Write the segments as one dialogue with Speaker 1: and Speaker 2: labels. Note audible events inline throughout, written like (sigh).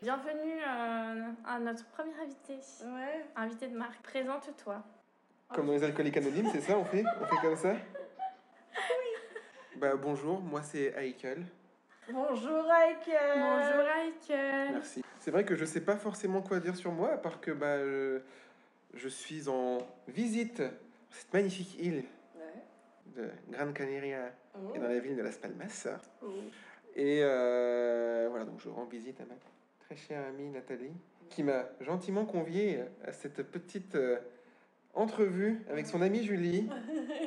Speaker 1: Bienvenue euh, à notre premier invité.
Speaker 2: Ouais.
Speaker 1: Invité de marque, présente-toi.
Speaker 3: Comme dans les alcooliques anonymes, c'est ça, on fait On fait comme ça Bah bonjour, moi c'est Aïkel.
Speaker 2: Bonjour Michael.
Speaker 1: Bonjour Aïkel.
Speaker 3: Merci. C'est vrai que je sais pas forcément quoi dire sur moi, à part que bah je, je suis en visite sur cette magnifique île
Speaker 2: Ouais.
Speaker 3: de Gran Canaria
Speaker 2: Oh.
Speaker 3: et dans la ville de Las Palmas.
Speaker 1: Oh.
Speaker 3: Et euh, voilà, donc je rends visite à ma très chère amie Nathalie, qui m'a gentiment convié à cette petite euh, entrevue avec son amie Julie,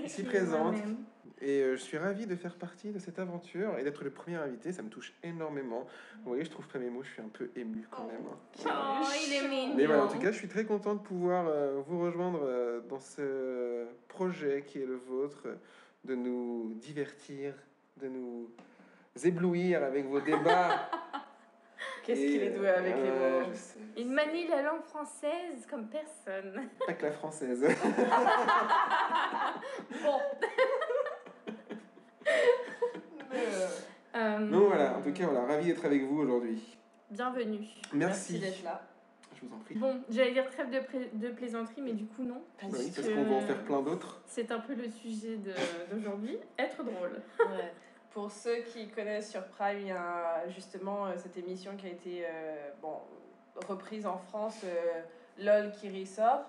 Speaker 3: ici présente.
Speaker 1: Moi-même.
Speaker 3: Et euh, je suis ravi de faire partie de cette aventure et d'être le premier invité, ça me touche énormément. Vous voyez, je trouve pas mes mots, je suis un peu ému quand même.
Speaker 1: Oh, il est mignon.
Speaker 3: Mais voilà, en tout cas, je suis très content de pouvoir euh, vous rejoindre euh, dans ce projet qui est le vôtre, euh, de nous divertir, de nous éblouir avec vos débats.
Speaker 2: (laughs) Qu'est-ce
Speaker 3: Et,
Speaker 2: qu'il est doué avec les
Speaker 3: euh,
Speaker 2: mots
Speaker 3: je sais,
Speaker 1: Il manie la langue française comme personne. (laughs)
Speaker 3: Pas que
Speaker 2: (laughs)
Speaker 3: la française.
Speaker 1: Bon.
Speaker 3: Donc voilà, en tout cas, voilà, ravi d'être avec vous aujourd'hui.
Speaker 1: Euh, Bienvenue.
Speaker 3: Merci.
Speaker 2: d'être là.
Speaker 3: Je vous en prie.
Speaker 1: Bon, j'allais dire trêve de, pré- de plaisanterie, mais du coup, non.
Speaker 2: Pas
Speaker 3: Oui,
Speaker 2: du
Speaker 3: parce
Speaker 1: que-
Speaker 3: qu'on va en faire plein d'autres.
Speaker 1: C'est un peu le sujet de- d'aujourd'hui. Être drôle.
Speaker 2: tout. Ouais. Pour ceux qui connaissent sur Prime, il y a justement euh, cette émission qui a été euh, bon, reprise en France, euh, LOL qui ressort.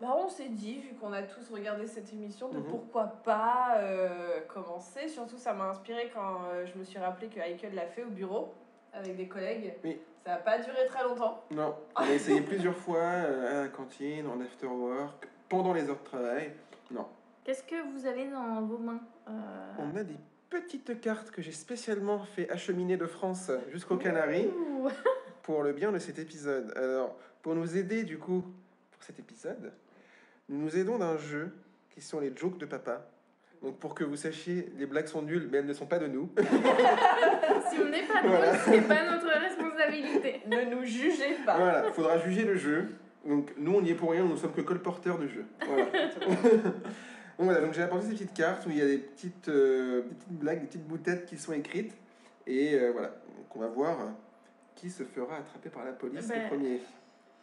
Speaker 2: Bah, on s'est dit, vu qu'on a tous regardé cette émission, de
Speaker 3: Mhm.
Speaker 2: pourquoi pas euh, commencer. Surtout, ça m'a inspiré quand euh, je me suis rappelé que Michael l'a fait au bureau avec des collègues.
Speaker 3: Oui.
Speaker 2: Ça n'a pas duré très longtemps.
Speaker 3: Non, on a essayé plusieurs fois euh, à la cantine, en after work, pendant les heures de travail.
Speaker 1: Qu'est-ce que vous avez dans vos mains euh,
Speaker 3: On a des petites cartes que j'ai spécialement fait acheminer de France jusqu'aux Canaries
Speaker 1: ouh.
Speaker 3: pour le bien de cet épisode. Alors, pour nous aider du coup pour cet épisode, nous nous aidons d'un jeu qui sont les jokes de papa. Donc pour que vous sachiez, les blagues sont nulles, mais elles ne sont pas de nous.
Speaker 1: (laughs) Si on n'est pas drôle,
Speaker 3: Voilà.
Speaker 1: c'est pas notre responsabilité.
Speaker 2: Ne nous jugez pas.
Speaker 3: Voilà, faudra juger le jeu. Donc nous, on n'y est pour rien, nous ne sommes que colporteurs de jeu.
Speaker 1: (laughs)
Speaker 3: Voilà. (laughs) Donc voilà, donc j'ai apporté ces petites cartes où il y a des petites, euh, des petites blagues, des petites boutettes qui sont écrites. Et euh, voilà, donc on va voir euh, qui se fera attraper par la police
Speaker 1: Ben,
Speaker 3: le premier.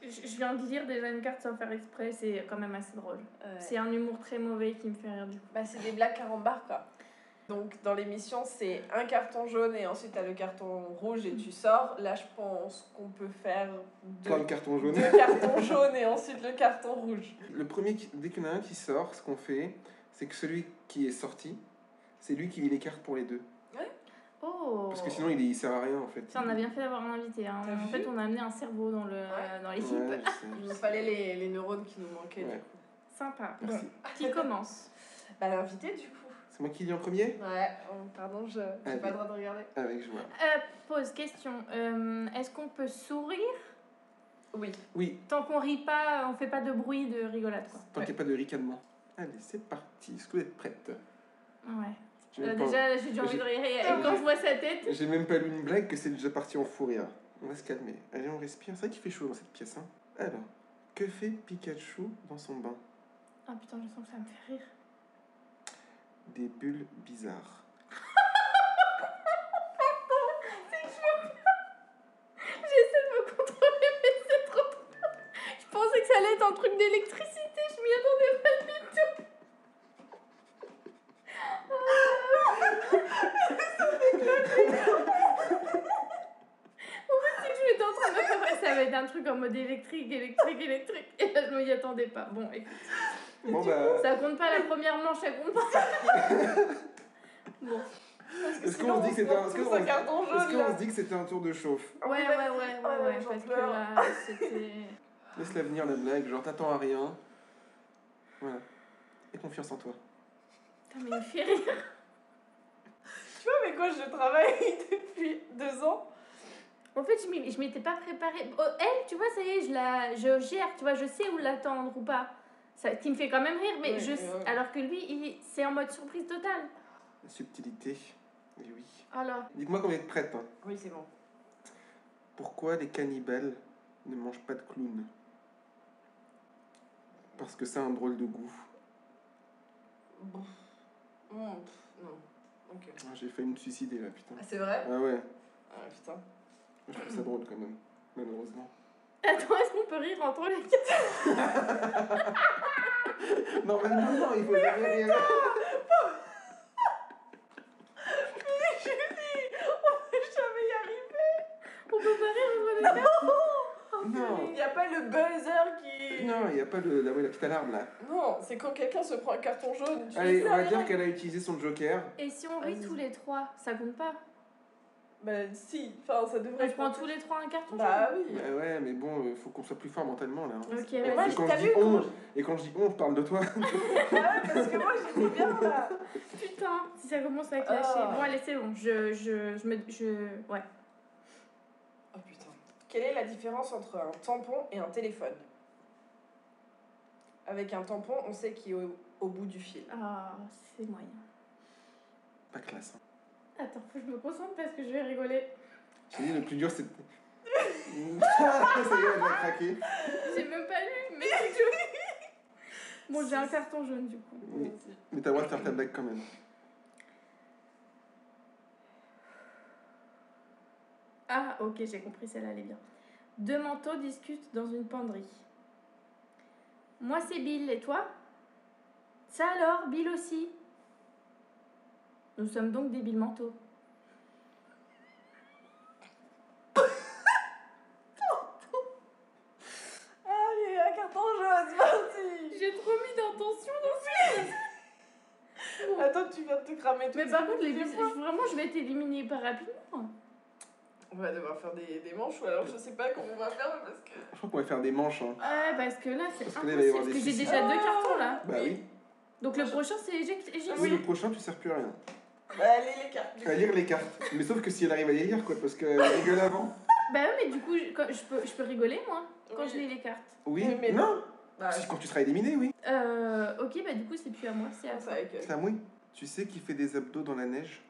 Speaker 1: Je je viens de lire déjà une carte sans faire exprès, c'est quand même assez drôle.
Speaker 2: Ouais.
Speaker 1: C'est un humour très mauvais qui me fait rire du coup.
Speaker 2: Bah, c'est des blagues carambar quoi. Donc dans l'émission, c'est un carton jaune et ensuite t'as le carton rouge et tu sors. Là, je pense qu'on peut faire
Speaker 3: Plein de
Speaker 2: deux,
Speaker 3: cartons
Speaker 1: (laughs)
Speaker 3: jaunes.
Speaker 2: deux cartons jaunes et ensuite le carton rouge.
Speaker 3: Le premier, qui- dès qu'il y en a un qui sort, ce qu'on fait, c'est que celui qui est sorti, c'est lui qui lit les cartes pour les deux.
Speaker 1: Oh
Speaker 3: Parce que sinon, il ne sert à rien en fait.
Speaker 1: Tiens, on a bien fait d'avoir un invité. hein.
Speaker 2: T'as
Speaker 1: En
Speaker 2: vu
Speaker 1: fait, on a amené un cerveau dans le
Speaker 2: Ouais.
Speaker 1: dans
Speaker 3: Ouais,
Speaker 1: l'équipe.
Speaker 3: je sais,
Speaker 2: Il nous
Speaker 3: je sais.
Speaker 2: fallait les, les neurones qui nous manquaient. du
Speaker 3: Ouais.
Speaker 2: coup.
Speaker 1: Sympa. Bon,
Speaker 3: Merci.
Speaker 1: qui commence
Speaker 2: Ah, Bah l'invité du coup.
Speaker 3: C'est moi qui lis en premier
Speaker 2: Ouais. oh, pardon, je j'ai pas le droit de regarder.
Speaker 3: Avec joie.
Speaker 1: Euh, Pause question. Euh, Est-ce qu'on peut sourire
Speaker 2: Oui.
Speaker 3: Oui,
Speaker 1: tant qu'on rit pas, on fait pas de bruit de rigolade quoi.
Speaker 3: Tant qu'il n'y a pas de ricanement. Allez, c'est parti. Est-ce que vous êtes prête
Speaker 1: Ouais.
Speaker 3: J'ai
Speaker 1: Euh,
Speaker 3: même, pas-
Speaker 1: déjà, j'ai déjà envie de rire. Et quand je vois sa tête,
Speaker 3: j'ai même pas lu une blague que c'est déjà parti en fou rire. On va se calmer. Allez, on respire. C'est vrai qu'il fait chaud dans cette pièce. Hein. Alors, que fait Pikachu dans son bain
Speaker 1: ah putain, je sens que ça me fait rire.
Speaker 3: Des bulles bizarres.
Speaker 1: J'essaie de me contrôler, mais c'est trop drôle. Je pensais que ça allait être un truc d'électricité, je m'y attendais pas du tout. Ah. En fait, c'est que je m'étais en train de me faire, ouais, ça va être un truc en mode électrique, électrique, électrique. Et là, je m'y attendais pas. Bon, écoute,
Speaker 3: Bon, bah.
Speaker 1: ça compte pas la première manche, ça compte pas. Bon,
Speaker 3: Est-ce qu'on se dit que c'est un, est-ce qu'on-
Speaker 2: un carton jaune
Speaker 3: est-ce qu'on
Speaker 2: là.
Speaker 3: se dit que c'était un tour de chauffe
Speaker 2: Ah
Speaker 1: ouais,
Speaker 2: oui,
Speaker 1: ouais,
Speaker 2: vas-y.
Speaker 1: ouais, ouais,
Speaker 2: Oh là là,
Speaker 1: ouais,
Speaker 2: j'en
Speaker 1: parce que
Speaker 2: pleure.
Speaker 1: là, c'était.
Speaker 3: Laisse-la venir la blague, genre t'attends à rien. Voilà. Et confiance en toi.
Speaker 1: Putain, mais il me fait rire.
Speaker 2: Tu vois, mais quoi, je travaille (laughs) depuis deux ans.
Speaker 1: En fait, je m'y- je m'étais pas préparée. Oh, elle, tu vois, ça y est, je la je gère, tu vois, je sais où l'attendre ou pas. Ça, qui me fait quand même rire, mais
Speaker 2: Ouais,
Speaker 1: je,
Speaker 2: ouais, ouais.
Speaker 1: alors que lui, il- c'est en mode surprise totale.
Speaker 3: La subtilité. Et oui.
Speaker 1: Alors,
Speaker 3: Dites-moi quand vous êtes prête. hein.
Speaker 2: Oui, c'est bon.
Speaker 3: Pourquoi les cannibales ne mangent pas de clown Parce que ça a un drôle de goût.
Speaker 2: Bon. Hum, pff, non. Ok.
Speaker 3: Ah, J'ai failli me suicider là, putain.
Speaker 2: Ah, c'est vrai
Speaker 3: Ah ouais,
Speaker 2: Ah putain.
Speaker 3: je trouve ça drôle quand même. malheureusement.
Speaker 1: Attends, est-ce qu'on peut rire en tournant les cartes
Speaker 3: Non, mais non, non, il faut jamais rire.
Speaker 2: jamais y arriver.
Speaker 1: On peut pas rire en tournant les cartes
Speaker 2: Il
Speaker 3: Non,
Speaker 2: n'y a pas le buzzer qui.
Speaker 3: non, il n'y a pas le, la, ouais, la petite alarme là.
Speaker 2: Non, c'est quand quelqu'un se prend un carton jaune. tu
Speaker 3: Allez,
Speaker 2: sais,
Speaker 3: on va
Speaker 2: rien.
Speaker 3: dire qu'elle a utilisé son joker.
Speaker 1: Et si on rit
Speaker 2: Vas-y.
Speaker 1: tous les trois, ça compte pas
Speaker 2: Bah, si, enfin, ça devrait.
Speaker 1: Je prends tous les trois un carton
Speaker 2: Bah oui.
Speaker 3: Ouais, ouais, mais bon, euh, faut qu'on soit plus fort mentalement là. hein.
Speaker 1: jaune Ok,
Speaker 2: Mais
Speaker 1: vas-y.
Speaker 2: moi,
Speaker 3: Et
Speaker 2: je-
Speaker 3: quand
Speaker 2: t'as
Speaker 3: je
Speaker 2: vu
Speaker 3: dis
Speaker 2: comment
Speaker 3: on, et quand je dis on, je parle de toi. (laughs)
Speaker 2: Ah ouais, parce que moi j'étais bien là.
Speaker 1: Putain, si ça commence à clasher.
Speaker 2: Ah.
Speaker 1: Bon, allez, c'est bon. Je, je, je me. Je... Ouais.
Speaker 2: (laughs) Oh putain. Quelle est la différence entre un tampon et un téléphone Avec un tampon, on sait qui est au, au bout du fil.
Speaker 1: Ah, c'est moyen.
Speaker 3: Pas classe. hein.
Speaker 1: Attends, faut que je me concentre parce que je vais rigoler.
Speaker 3: J'ai dit le plus dur c'est. (laughs) Ça y est, elle va craquer.
Speaker 1: J'ai même pas lu, mais c'est que. (laughs) Bon, j'ai un carton jaune du coup.
Speaker 3: Mais, mais t'as le droit de faire ta blague quand même.
Speaker 1: Ah, ok, j'ai compris, celle-là, elle est bien. Deux manteaux discutent dans une penderie. Moi, c'est Bill, et toi Ça alors, Bill aussi Nous sommes donc des Bill manteaux.
Speaker 2: Allez, un carton jaune, c'est parti
Speaker 1: J'ai trop mis d'intention dans ce
Speaker 2: Attends, tu viens de te cramer tout
Speaker 1: Mais par contre, les Bill, je- vraiment, je vais t'éliminer pas rapidement.
Speaker 2: On va devoir faire des, des manches ou alors je sais pas comment on va faire parce que.
Speaker 3: Je crois qu'on va faire des manches. Hein.
Speaker 1: Ouais, parce que là, c'est
Speaker 3: Parce que là, il va
Speaker 1: impossible.
Speaker 3: y avoir
Speaker 1: Parce
Speaker 3: des
Speaker 1: que j'ai
Speaker 3: soucis.
Speaker 1: déjà deux
Speaker 2: Ah.
Speaker 1: cartons là.
Speaker 3: Bah oui.
Speaker 1: Donc le prochain, c'est éjecte et
Speaker 3: Oui, le prochain, tu sers plus à rien.
Speaker 2: Bah, allez, les cartes.
Speaker 3: À lire les cartes. Mais sauf que si elle arrive à les lire, quoi, parce qu'elle rigole avant.
Speaker 1: Bah ouais, mais du coup, je, quand- je peux, je peux rigoler moi quand
Speaker 2: Oui.
Speaker 1: je lis les cartes.
Speaker 3: Oui,
Speaker 2: Oui, mais-
Speaker 3: non.
Speaker 2: Bah,
Speaker 3: Si- Quand tu seras éliminé, oui.
Speaker 1: Euh, ok, bah du coup, c'est plus à moi, c'est à
Speaker 2: c'est avec. euh,
Speaker 3: Clam, oui. Tu sais qui fait des abdos dans la neige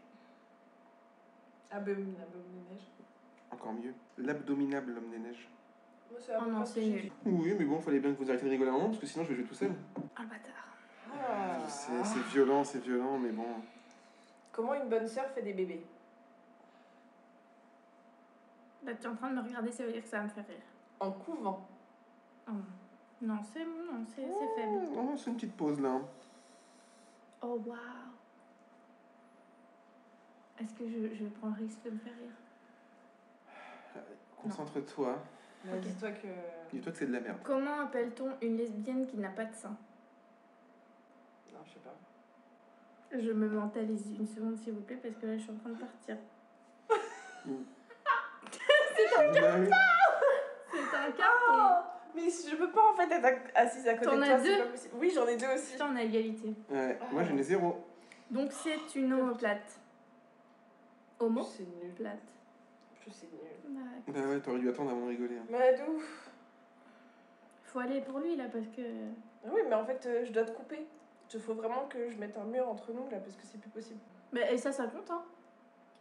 Speaker 2: Abominable, homme des neiges.
Speaker 3: Encore mieux. L'abdominable l'homme des neiges.
Speaker 2: Moi, c'est à
Speaker 1: Oh
Speaker 2: peu
Speaker 1: non,
Speaker 2: près ce que
Speaker 1: c'est
Speaker 2: j'ai
Speaker 1: nul.
Speaker 2: dit.
Speaker 3: Oui, mais bon, fallait bien que vous arrêtiez de rigoler un moment, parce que sinon je vais jouer tout seul.
Speaker 1: Ah le bâtard.
Speaker 2: Ah.
Speaker 3: C'est c'est violent, c'est violent, mais bon.
Speaker 2: Comment une bonne sœur fait des bébés
Speaker 1: Là, tu es Bah, en train de me regarder, ça veut dire que ça va me faire rire.
Speaker 2: En couvent.
Speaker 1: Oh. Non, c'est non, c'est c'est faible.
Speaker 3: Oh, c'est une petite pause là.
Speaker 1: Oh waouh. Est-ce que je, je prends le risque de me faire rire
Speaker 3: Concentre-toi.
Speaker 2: Mais
Speaker 1: Ok.
Speaker 2: Dis-toi que.
Speaker 3: Dis-toi que c'est de la merde.
Speaker 1: Comment appelle-t-on une lesbienne qui n'a pas de sein
Speaker 2: Non, je sais pas.
Speaker 1: Je me mentalise une seconde, s'il vous plaît, parce que là, je suis en train de partir.
Speaker 3: Bah oui.
Speaker 1: C'est un carton.
Speaker 2: Mais je peux pas en fait être ac- assise à côté
Speaker 1: T'en
Speaker 2: de
Speaker 1: as
Speaker 2: toi, c'est
Speaker 1: deux
Speaker 2: pas possible. Oui, j'en ai deux aussi.
Speaker 1: Putain, on a égalité.
Speaker 3: Ouais, moi j'en ai zéro.
Speaker 1: Donc c'est une homoplate. Homo
Speaker 2: C'est nul.
Speaker 1: plate.
Speaker 2: Plus c'est nul.
Speaker 3: Bah ouais, t'aurais dû attendre avant de rigoler. hein.
Speaker 2: Mais de ouf.
Speaker 1: Faut aller pour lui là parce que.
Speaker 2: Oui, mais en fait, euh, je dois te couper. Il faut vraiment que je mette un mur entre nous là parce que c'est plus possible.
Speaker 1: Bah, et ça, ça compte hein.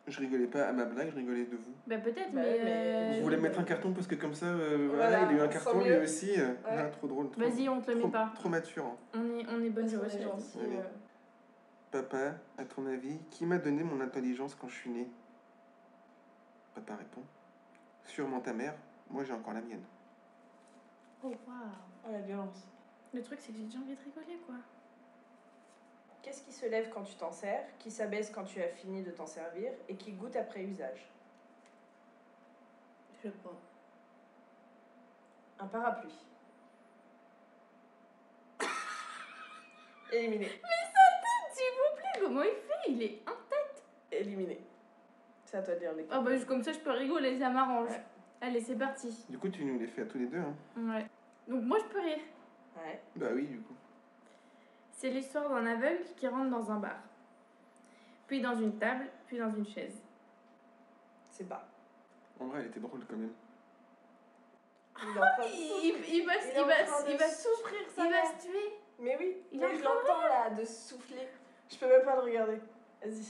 Speaker 3: Je rigolais pas à ma blague, je rigolais de vous.
Speaker 1: Bah peut-être,
Speaker 2: Bah,
Speaker 1: mais.
Speaker 2: mais-
Speaker 3: Je
Speaker 1: euh,
Speaker 3: voulais mettre un carton parce que comme ça, euh, voilà,
Speaker 2: Voilà,
Speaker 3: il a eu un
Speaker 2: on se
Speaker 3: carton
Speaker 2: sent
Speaker 3: lui
Speaker 2: mieux.
Speaker 3: aussi. euh, ah, trop drôle. trop-
Speaker 1: Vas-y, on te le met
Speaker 3: trop-
Speaker 1: pas.
Speaker 3: Trop mature. hein.
Speaker 1: On est, on est bonne
Speaker 2: Parce qu'on
Speaker 1: joueuse.
Speaker 2: est
Speaker 1: chérie.
Speaker 2: gentil,
Speaker 3: Oui, oui.
Speaker 2: euh.
Speaker 3: Papa, à ton avis, qui m'a donné mon intelligence quand je suis né Papa répond. Sûrement ta mère. Moi j'ai encore la mienne.
Speaker 1: Oh waouh.
Speaker 2: Oh la violence.
Speaker 1: Le truc c'est que j'ai déjà envie de rigoler quoi.
Speaker 2: Qu'est-ce qui se lève quand tu t'en sers, qui s'abaisse quand tu as fini de t'en servir et qui goûte après usage
Speaker 1: Je le prends.
Speaker 2: Un parapluie. Éliminé.
Speaker 1: S'il vous plaît, Eh, comment il fait Il est. Hein
Speaker 2: Éliminé. C'est à toi de lire les
Speaker 1: Ah bah je- comme ça je peux rigoler, ça m'arrange.
Speaker 2: Ouais.
Speaker 1: Allez, c'est parti.
Speaker 3: Du coup tu nous les fais à tous les deux. Hein.
Speaker 1: Ouais. Donc moi je peux rire.
Speaker 2: Ouais.
Speaker 3: Bah oui du coup.
Speaker 1: C'est l'histoire d'un aveugle qui rentre dans un bar. Puis dans une table, puis dans une chaise.
Speaker 2: C'est pas.
Speaker 3: En vrai elle était drôle quand même.
Speaker 2: Il est en train de-
Speaker 1: Ah, Il, il va,
Speaker 2: Il
Speaker 1: il,
Speaker 2: est en
Speaker 1: va,
Speaker 2: train de
Speaker 1: il va
Speaker 2: souffrir,
Speaker 1: souffrir,
Speaker 2: sa
Speaker 1: il va
Speaker 2: mère.
Speaker 1: se tuer.
Speaker 2: Mais oui,
Speaker 1: Il
Speaker 2: mais
Speaker 1: est en
Speaker 2: je
Speaker 1: train de
Speaker 2: l'entends là, de souffler. Je peux même pas le regarder. Vas-y.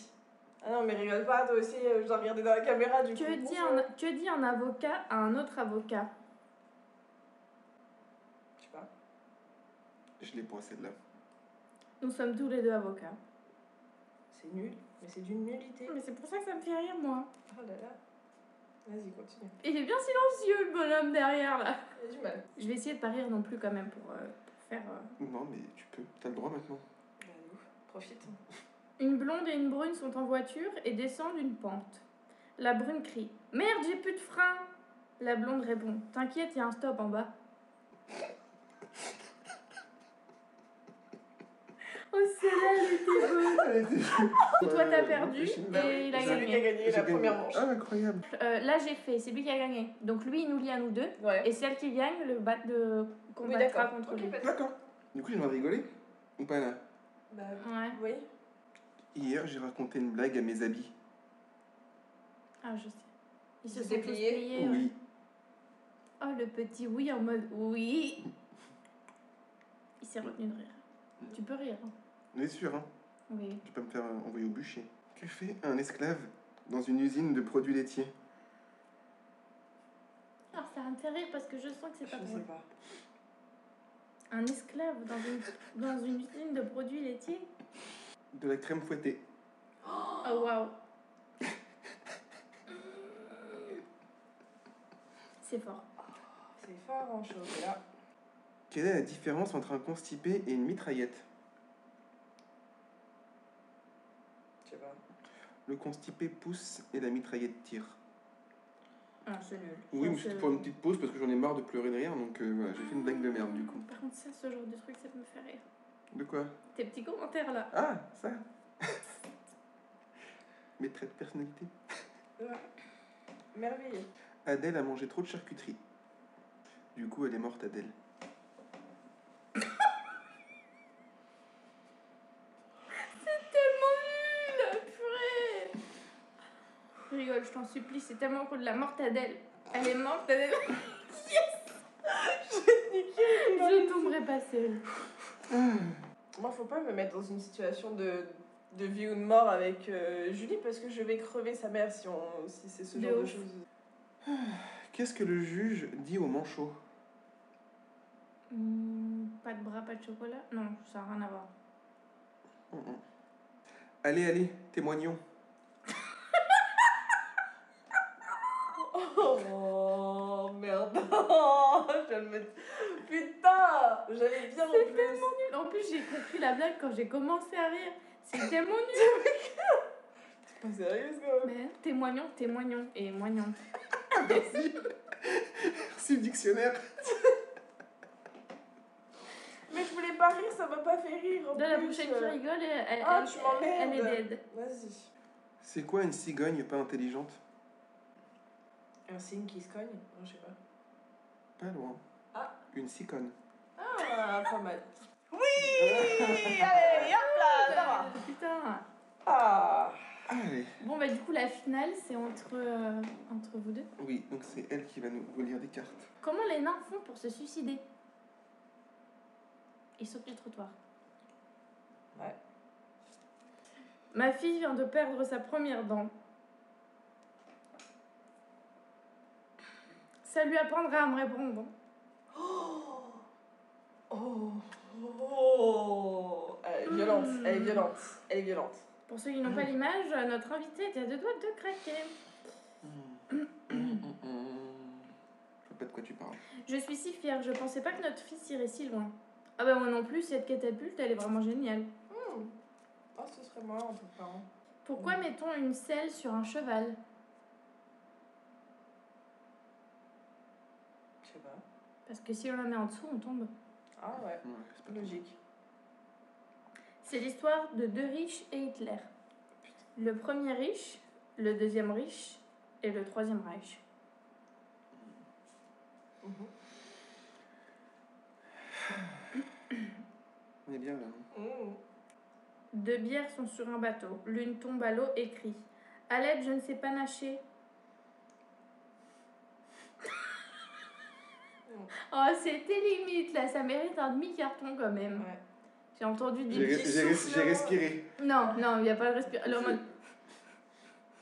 Speaker 2: Ah non, mais rigole pas, toi aussi, euh, je dois regarder dans la caméra du coup.
Speaker 1: Que dit,
Speaker 2: bonjour.
Speaker 1: un, que dit un avocat à un autre avocat
Speaker 2: Je sais pas.
Speaker 3: Je l'ai pour celle-là.
Speaker 1: Nous sommes tous les deux avocats.
Speaker 2: C'est nul, mais c'est d'une nullité.
Speaker 1: Mais c'est pour ça que ça me fait rire, moi.
Speaker 2: Oh là là. Vas-y, continue.
Speaker 1: Il est bien silencieux, le bonhomme derrière, là.
Speaker 2: J'ai du mal.
Speaker 1: Je vais essayer de pas rire non plus, quand même, pour, euh, pour faire... euh.
Speaker 3: Non, mais tu peux, t'as le droit
Speaker 2: (laughs)
Speaker 3: maintenant.
Speaker 2: Bah, nous, profite.
Speaker 1: Une blonde et une brune sont en voiture et descendent une pente. La brune crie « Merde, j'ai plus de frein !» La blonde répond « T'inquiète, il y a un stop en bas. » (laughs) Oh, celle-là, elle était bonne Toi, t'as perdu et il a
Speaker 3: Bah
Speaker 2: C'est
Speaker 1: gagné.
Speaker 2: lui qui a gagné la première manche.
Speaker 3: Ah, incroyable.
Speaker 1: Euh, Là, j'ai fait, c'est lui qui a gagné. Donc lui, il nous lie à nous deux.
Speaker 2: Ouais.
Speaker 1: Et celle qui gagne, le, bat, le
Speaker 2: Oui,
Speaker 1: combattra
Speaker 2: d'accord.
Speaker 1: contre
Speaker 2: Ok,
Speaker 1: lui.
Speaker 2: pas de-
Speaker 3: D'accord. Du coup, j'aimerais rigoler. Ou pas là
Speaker 2: Bah,
Speaker 1: Ouais.
Speaker 2: oui.
Speaker 3: Hier, j'ai raconté une blague à mes habits.
Speaker 1: Ah, je sais. Ils se
Speaker 2: Ils
Speaker 1: sont
Speaker 2: étaient
Speaker 1: tous
Speaker 2: pliés.
Speaker 1: pliés, ouais.
Speaker 3: Oui.
Speaker 1: Oh, le petit oui en mode oui. Il s'est retenu de rire. Tu peux rire. hein.
Speaker 3: On est sûr, hein
Speaker 1: Oui.
Speaker 3: Tu peux me faire euh, envoyer au bûcher. Que fait un esclave dans une usine de produits laitiers
Speaker 1: Ah, ça a un rire parce que je sens que c'est pas
Speaker 2: Je sais
Speaker 1: drôle.
Speaker 2: pas.
Speaker 1: Un esclave dans une, dans une usine de produits laitiers.
Speaker 3: De la crème fouettée.
Speaker 1: Oh, waouh. C'est fort.
Speaker 2: Oh, C'est fort en chocolat.
Speaker 3: Quelle est la différence entre un constipé et une mitraillette
Speaker 2: Je sais pas.
Speaker 3: Le constipé pousse et la mitraillette tire.
Speaker 1: Ah, c'est nul.
Speaker 3: Oui,
Speaker 1: Ça,
Speaker 3: mais c'était
Speaker 1: c'est-
Speaker 3: pour une petite pause parce que j'en ai marre de pleurer de rire, donc euh, voilà, j'ai fait une blague de merde du coup.
Speaker 1: Par contre, ça, ce genre de truc, ça me fait rire.
Speaker 3: De quoi
Speaker 1: Tes petits commentaires là.
Speaker 3: Ah, ça (laughs) Mes traits de personnalité.
Speaker 2: Ouais. Merveilleux.
Speaker 3: Adèle a mangé trop de charcuterie. Du coup, elle est morte, Adèle.
Speaker 1: Tellement nul Purée Je Rigole, je t'en supplie, c'est tellement cool de la mortadelle. Elle est mortadelle. Je tomberai pas seule.
Speaker 2: Moi, faut pas me mettre dans une situation de, de vie ou de mort avec euh, Julie parce que je vais crever sa mère si, on, si c'est ce
Speaker 1: De
Speaker 2: genre de
Speaker 1: ouf.
Speaker 2: (laughs) choses.
Speaker 3: Qu'est-ce que le juge dit au manchot
Speaker 1: Hmm, pas de bras, pas de chocolat Non, ça n'a rien à voir.
Speaker 3: Hum, hum. Allez, allez, témoignons.
Speaker 2: Oh merde (laughs) Je vais le mettre. Putain J'avais bien
Speaker 1: C'est
Speaker 2: en plus.
Speaker 1: Nul. En plus, j'ai compris la blague quand j'ai commencé à rire. C'est tellement nul.
Speaker 2: C'est pas sérieux quand même.
Speaker 1: Mais témoignons, témoignons et moignons.
Speaker 3: Merci. Merci le dictionnaire.
Speaker 2: Mais je voulais pas rire, ça m'a pas fait rire. en
Speaker 1: Là, la
Speaker 2: plus.
Speaker 1: prochaine qui rigole, elle, elle,
Speaker 2: Ah,
Speaker 1: elle-
Speaker 2: tu m'emmerdes.
Speaker 1: elle est dead.
Speaker 2: Vas-y.
Speaker 3: C'est quoi une cigogne pas intelligente
Speaker 2: Un signe qui se cogne Non, je sais pas.
Speaker 3: Pas loin.
Speaker 2: Ah.
Speaker 3: Une ciconne.
Speaker 2: Ah, pas mal. (laughs) Oui Allez, hop là, ça va.
Speaker 1: Euh, Putain.
Speaker 2: Ah
Speaker 3: Allez.
Speaker 1: Bon, bah, du coup, la finale, c'est entre, euh, entre vous deux.
Speaker 3: Oui, donc c'est elle qui va nous relire des cartes.
Speaker 1: Comment les nains font pour se suicider Ils sautent du trottoir.
Speaker 2: Ouais.
Speaker 1: Ma fille vient de perdre sa première dent. Ça lui apprendra à me répondre.
Speaker 2: Oh Oh Elle est violente, elle est violente, elle est violente.
Speaker 1: Pour ceux qui n'ont pas l'image, notre invité était à deux doigts de craquer.
Speaker 3: Je sais pas de quoi tu parles.
Speaker 1: Je suis si fière, je pensais pas que notre fils irait si loin. Ah bah moi non plus, cette catapulte, elle est vraiment géniale.
Speaker 2: Hmm. Oh, ce serait moi en tant que parent.
Speaker 1: Pourquoi mettons une selle sur un cheval
Speaker 2: Je sais pas.
Speaker 1: Parce que si on la met en dessous, on tombe.
Speaker 2: Ah ouais,
Speaker 3: Ouais, c'est pas toi.
Speaker 2: logique.
Speaker 1: C'est l'histoire de deux riches et Hitler. Le premier riche, le deuxième riche et le troisième Reich.
Speaker 2: Mhm.
Speaker 3: On est bien là. hein.
Speaker 2: Hmm.
Speaker 1: Deux bières sont sur un bateau. L'une tombe à l'eau et crie À l'aide, je ne sais pas nager. Oh, c'était limite là, ça mérite un demi-carton quand même.
Speaker 2: Ouais.
Speaker 1: J'ai entendu des
Speaker 3: J'ai
Speaker 1: petits
Speaker 3: res- j'ai res-
Speaker 1: souffles.
Speaker 3: j'ai respiré.
Speaker 1: Non, non, il n'y a pas de respiration. Alors, moi-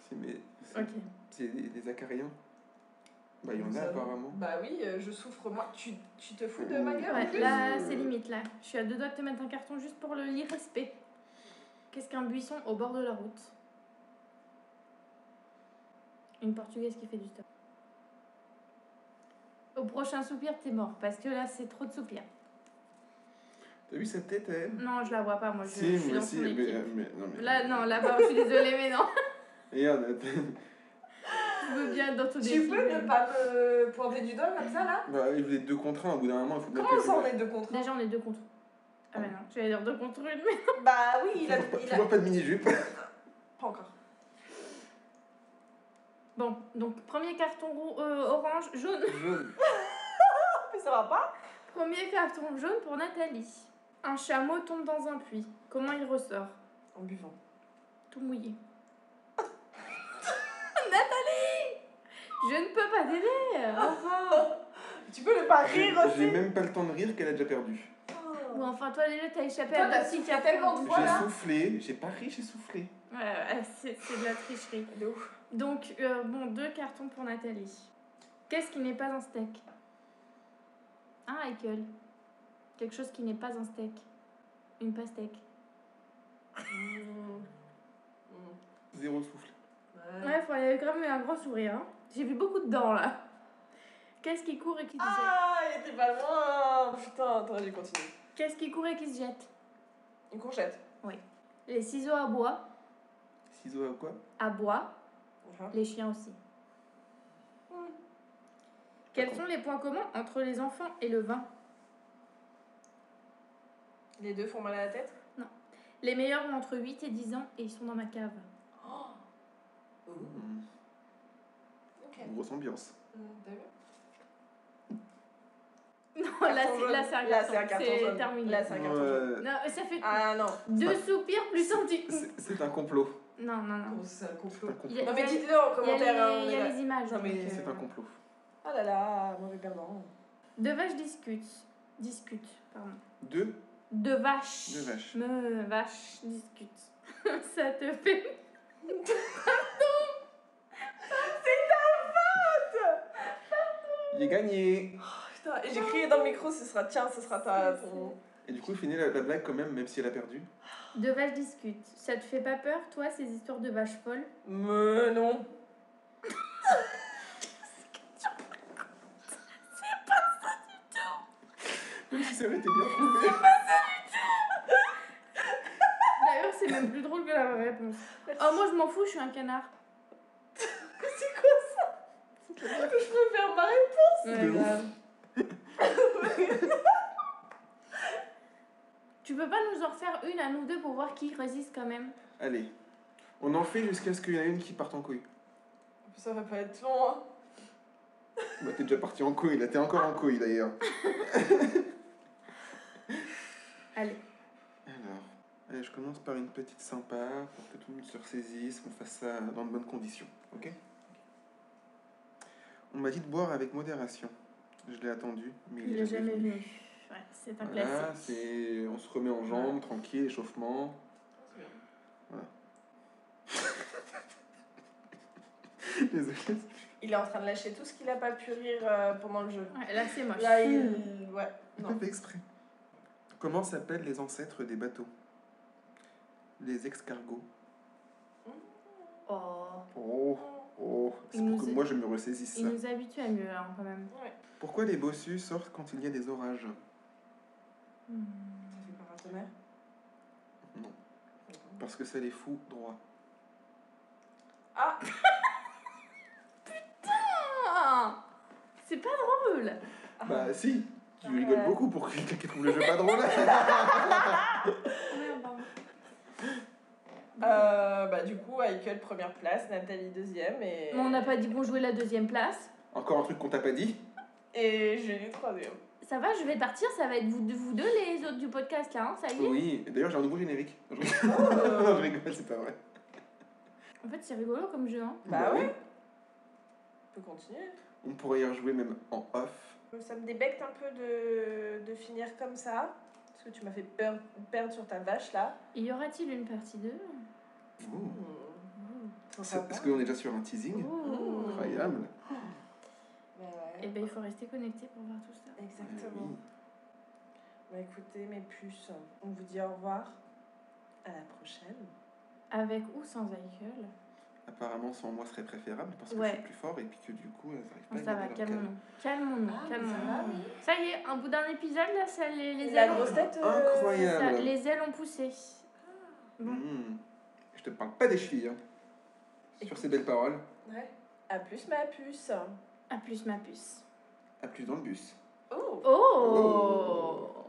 Speaker 3: C'est mes- c'est-
Speaker 1: Ok.
Speaker 3: c'est des, des acariens. Bah, il y en a
Speaker 2: Ça-
Speaker 3: apparemment.
Speaker 2: Bah oui, euh, je souffre moi. Tu, tu te fous de ma gueule en
Speaker 1: Ouais,
Speaker 2: plus
Speaker 1: là, c'est limite, là. Je suis à deux doigts de te mettre un carton juste pour le l'irrespect. Qu'est-ce qu'un buisson au bord de la route Une portugaise qui fait du stop. Au prochain soupir, t'es mort. Parce que là, c'est trop de soupirs.
Speaker 3: T'as vu sa tête à elle
Speaker 1: Non, je la vois pas, moi. Je, je suis
Speaker 3: moi
Speaker 1: dans
Speaker 3: aussi,
Speaker 1: son
Speaker 3: mais,
Speaker 1: équipe.
Speaker 3: euh, mais- non, mais-
Speaker 1: Là, non, là-bas, je suis désolée, mais non.
Speaker 3: Regarde, (laughs) attends.
Speaker 1: Je veux bien être dans ton
Speaker 2: Tu
Speaker 1: équipe,
Speaker 2: peux
Speaker 1: mais-
Speaker 2: ne pas me pointer du doigt comme ça là
Speaker 3: Bah, vous êtes deux contre un, au bout d'un moment, il faut bien
Speaker 2: Comment
Speaker 3: que
Speaker 2: ça on est deux contre
Speaker 1: (laughs)
Speaker 2: un
Speaker 1: Déjà, on est deux contre. Ah, bah non, j'allais dire deux contre une, mais.
Speaker 2: Bah oui, il a. Il
Speaker 3: Tu
Speaker 2: a...
Speaker 3: vois pas de mini-jupe
Speaker 2: Pas encore.
Speaker 1: Bon, donc, premier carton rou- euh, orange, jaune.
Speaker 3: Jaune.
Speaker 2: Ah, Mais ça va pas
Speaker 1: Premier carton jaune pour Nathalie. Un chameau tombe dans un puits. Comment il ressort
Speaker 2: En buvant.
Speaker 1: Tout mouillé. (laughs) Nathalie Je ne peux pas t'aider Enfin
Speaker 2: (laughs) Tu peux ne pas
Speaker 3: J'ai
Speaker 2: rire
Speaker 3: j'ai
Speaker 2: aussi
Speaker 3: même pas le temps de rire qu'elle a déjà perdu.
Speaker 1: Ou enfin, toi, déjà, t'as échappé
Speaker 2: Toi,
Speaker 1: à mon
Speaker 2: t'as
Speaker 1: petit
Speaker 2: soufflé
Speaker 1: carton.
Speaker 2: tellement de fois. Voilà.
Speaker 3: J'ai soufflé, j'ai pas ri, j'ai soufflé.
Speaker 1: Ouais, ouais, c'est c'est de la tricherie.
Speaker 2: De ouf.
Speaker 1: Donc, euh, bon, deux cartons pour Nathalie. Qu'est-ce qui n'est pas un steak Un hackle. Quelque chose qui n'est pas un steak. Une pastèque.
Speaker 3: Zéro souffle.
Speaker 1: Ouais, enfin, il y avait quand même eu un grand sourire. hein. J'ai vu beaucoup de dents, là. Qu'est-ce qui court et qui se jette
Speaker 2: Ah, il était pas loin Putain, attends, j'ai continué.
Speaker 1: Qu'est-ce qui court et qui se jette
Speaker 2: Une courgette.
Speaker 1: Les ciseaux à bois.
Speaker 3: Ciseaux à quoi
Speaker 1: À bois.
Speaker 2: Uh-huh.
Speaker 1: Les chiens aussi.
Speaker 2: Hmm.
Speaker 1: Quels
Speaker 3: D'accord.
Speaker 1: sont les points communs entre les enfants et le vin
Speaker 2: Les deux font mal à la tête
Speaker 1: Les meilleurs ont entre 8 et 10 ans et ils sont dans ma
Speaker 2: (laughs)
Speaker 1: cave.
Speaker 2: Oh. Ok.
Speaker 3: Hmm, Grosse ambiance.
Speaker 1: Euh,
Speaker 2: T'as vu
Speaker 1: Non, là,
Speaker 2: Carton
Speaker 1: c'est- là,
Speaker 2: jaune.
Speaker 1: c'est un
Speaker 2: Là, c'est un
Speaker 1: carton.
Speaker 2: carton
Speaker 1: C'est
Speaker 2: jaune.
Speaker 1: terminé.
Speaker 2: Là, c'est un carton jaune.
Speaker 3: Ouais,
Speaker 1: Non, ça fait
Speaker 2: Ah non.
Speaker 1: deux soupirs plus un petit.
Speaker 3: c'est- C'est un complot.
Speaker 1: Non, non, non.
Speaker 2: Ah, C'est un complot.
Speaker 3: C'est un complot.
Speaker 1: Il y a-
Speaker 2: Non mais
Speaker 1: il y a-
Speaker 2: dites-le en
Speaker 1: il y a les-
Speaker 2: commentaire. hein, on
Speaker 1: il y a
Speaker 2: est là. euh,
Speaker 1: les images.
Speaker 2: Non, mais-
Speaker 3: C'est un complot.
Speaker 2: Ah là là, mauvais perdant.
Speaker 1: Deux vaches discutent. Discutent, pardon.
Speaker 3: Deux
Speaker 1: Deux vaches.
Speaker 3: Deux vaches.
Speaker 1: Me vaches discutent. (laughs) ça te fait.
Speaker 3: Il est gagné
Speaker 2: Putain, et j'ai crié dans le micro, ce sera tiens, ce sera ta. ton-
Speaker 3: Et du coup, il finit la, la blague quand même, même si elle a perdu.
Speaker 1: Deux vaches discutent. Ça te fait pas peur, toi, ces histoires de vaches folles
Speaker 2: Mais non.
Speaker 3: Même si ça avait été bien trouvé.
Speaker 1: D'ailleurs, c'est même plus drôle que la vraie réponse. Oh, moi, je m'en fous, je suis un canard.
Speaker 2: C'est quoi ça (laughs) Que je peux faire marrer
Speaker 1: Ouais,
Speaker 3: ouf.
Speaker 1: grave. Tu peux pas nous en refaire une à nous deux pour voir qui résiste quand même
Speaker 3: Allez, on en fait jusqu'à ce qu'il y en ait une qui parte en couille.
Speaker 2: Ça va pas être long, hein.
Speaker 3: Bah, t'es déjà parti en couille, là, t'es encore en couille d'ailleurs.
Speaker 1: Allez.
Speaker 3: Alors, allez, je commence par une petite sympa pour que tout le monde se ressaisisse, qu'on fasse ça dans de bonnes conditions, ok On m'a dit de boire avec modération. Je l'ai attendu, mais
Speaker 1: Il est jamais venu. Ouais, c'est un
Speaker 3: Voilà,
Speaker 1: classique.
Speaker 3: c'est... on se remet en jambes, tranquille, échauffement. (laughs) Désolé.
Speaker 2: Il est en train de lâcher tout ce qu'il a pas pu rire euh, pendant le jeu.
Speaker 1: Ouais, là, c'est moche. Hmm.
Speaker 2: Là, il. Ouais,
Speaker 3: J'ai pas
Speaker 2: non.
Speaker 3: fait exprès. Comment s'appellent les ancêtres des bateaux Les escargots.
Speaker 1: Oh.
Speaker 3: Oh, oh, c'est
Speaker 1: Il
Speaker 3: pour
Speaker 1: nous
Speaker 3: que
Speaker 1: est-
Speaker 3: moi je me ressaisisse
Speaker 1: Il
Speaker 3: ça.
Speaker 1: nous habitue à mieux, là, quand même.
Speaker 2: Ouais.
Speaker 3: Pourquoi les bossus sortent quand il y a des orages
Speaker 1: Hmm.
Speaker 2: Ça fait pas un tonnerre
Speaker 3: Non. Parce que ça les fout droit.
Speaker 2: Ah
Speaker 1: Ah C'est pas drôle
Speaker 2: Ah.
Speaker 3: Bah si, tu
Speaker 2: Ah.
Speaker 3: rigoles beaucoup pour quelqu'un qui trouve le jeu pas drôle.
Speaker 2: Euh, bah du coup, Michael première place, Nathalie deuxième et.
Speaker 1: Mais on n'a pas dit qu'on jouait la deuxième place.
Speaker 3: Encore un truc qu'on t'a pas dit
Speaker 2: Et Julie troisième.
Speaker 1: Ça va, je vais partir, ça va être vous, vous deux, les autres du podcast, là, hein, ça y est
Speaker 3: Oui, et d'ailleurs j'ai un nouveau générique. (laughs) Je
Speaker 2: (laughs)
Speaker 3: (laughs)
Speaker 2: Euh,
Speaker 3: rigole, c'est pas vrai.
Speaker 1: En fait, c'est rigolo comme jeu, hein.
Speaker 2: Bah
Speaker 3: oui.
Speaker 2: on peut continuer.
Speaker 3: On pourrait y rejouer même en off.
Speaker 2: Ça me débecte un peu de, de finir comme ça. Parce que tu m'as fait peur, perdre sur ta vache là.
Speaker 1: Y aura-t-il une partie 2
Speaker 3: Ouh.
Speaker 2: Mmh.
Speaker 3: C'est- Est-ce qu'on est déjà sur un teasing Incroyable.
Speaker 2: Eh
Speaker 1: Et Oh. ben, il faut rester connecté pour voir tout ça.
Speaker 2: Bah Exactement.
Speaker 3: Eh Oui.
Speaker 2: Bah écoutez, mes puces, on vous dit au revoir. À la prochaine.
Speaker 1: Avec ou sans alcool
Speaker 3: Apparemment, sans moi serait préférable parce que
Speaker 1: Ouais.
Speaker 3: je suis plus fort et puis que du coup, elles arrivent pas
Speaker 1: Bon,
Speaker 3: à
Speaker 1: ça va,
Speaker 3: garder leur calme.
Speaker 1: calmons-nous. Calmons-nous,
Speaker 2: Ah, mais ça
Speaker 1: calmons-nous.
Speaker 2: va, oui.
Speaker 1: Ça y est, un bout d'un épisode, là, ça, les, les
Speaker 2: La
Speaker 1: ailes ont-
Speaker 2: grosse tête. euh,
Speaker 1: c'est ça,
Speaker 3: Incroyable.
Speaker 1: les ailes ont poussé. Bon.
Speaker 3: Mmh. Je te parle pas des chevilles. hein. Sur
Speaker 2: Écoute.
Speaker 3: ces belles paroles,
Speaker 2: Ouais. À plus, ma puce.
Speaker 1: À plus ma puce.
Speaker 3: à plus dans le bus.
Speaker 2: Oh.
Speaker 1: Oh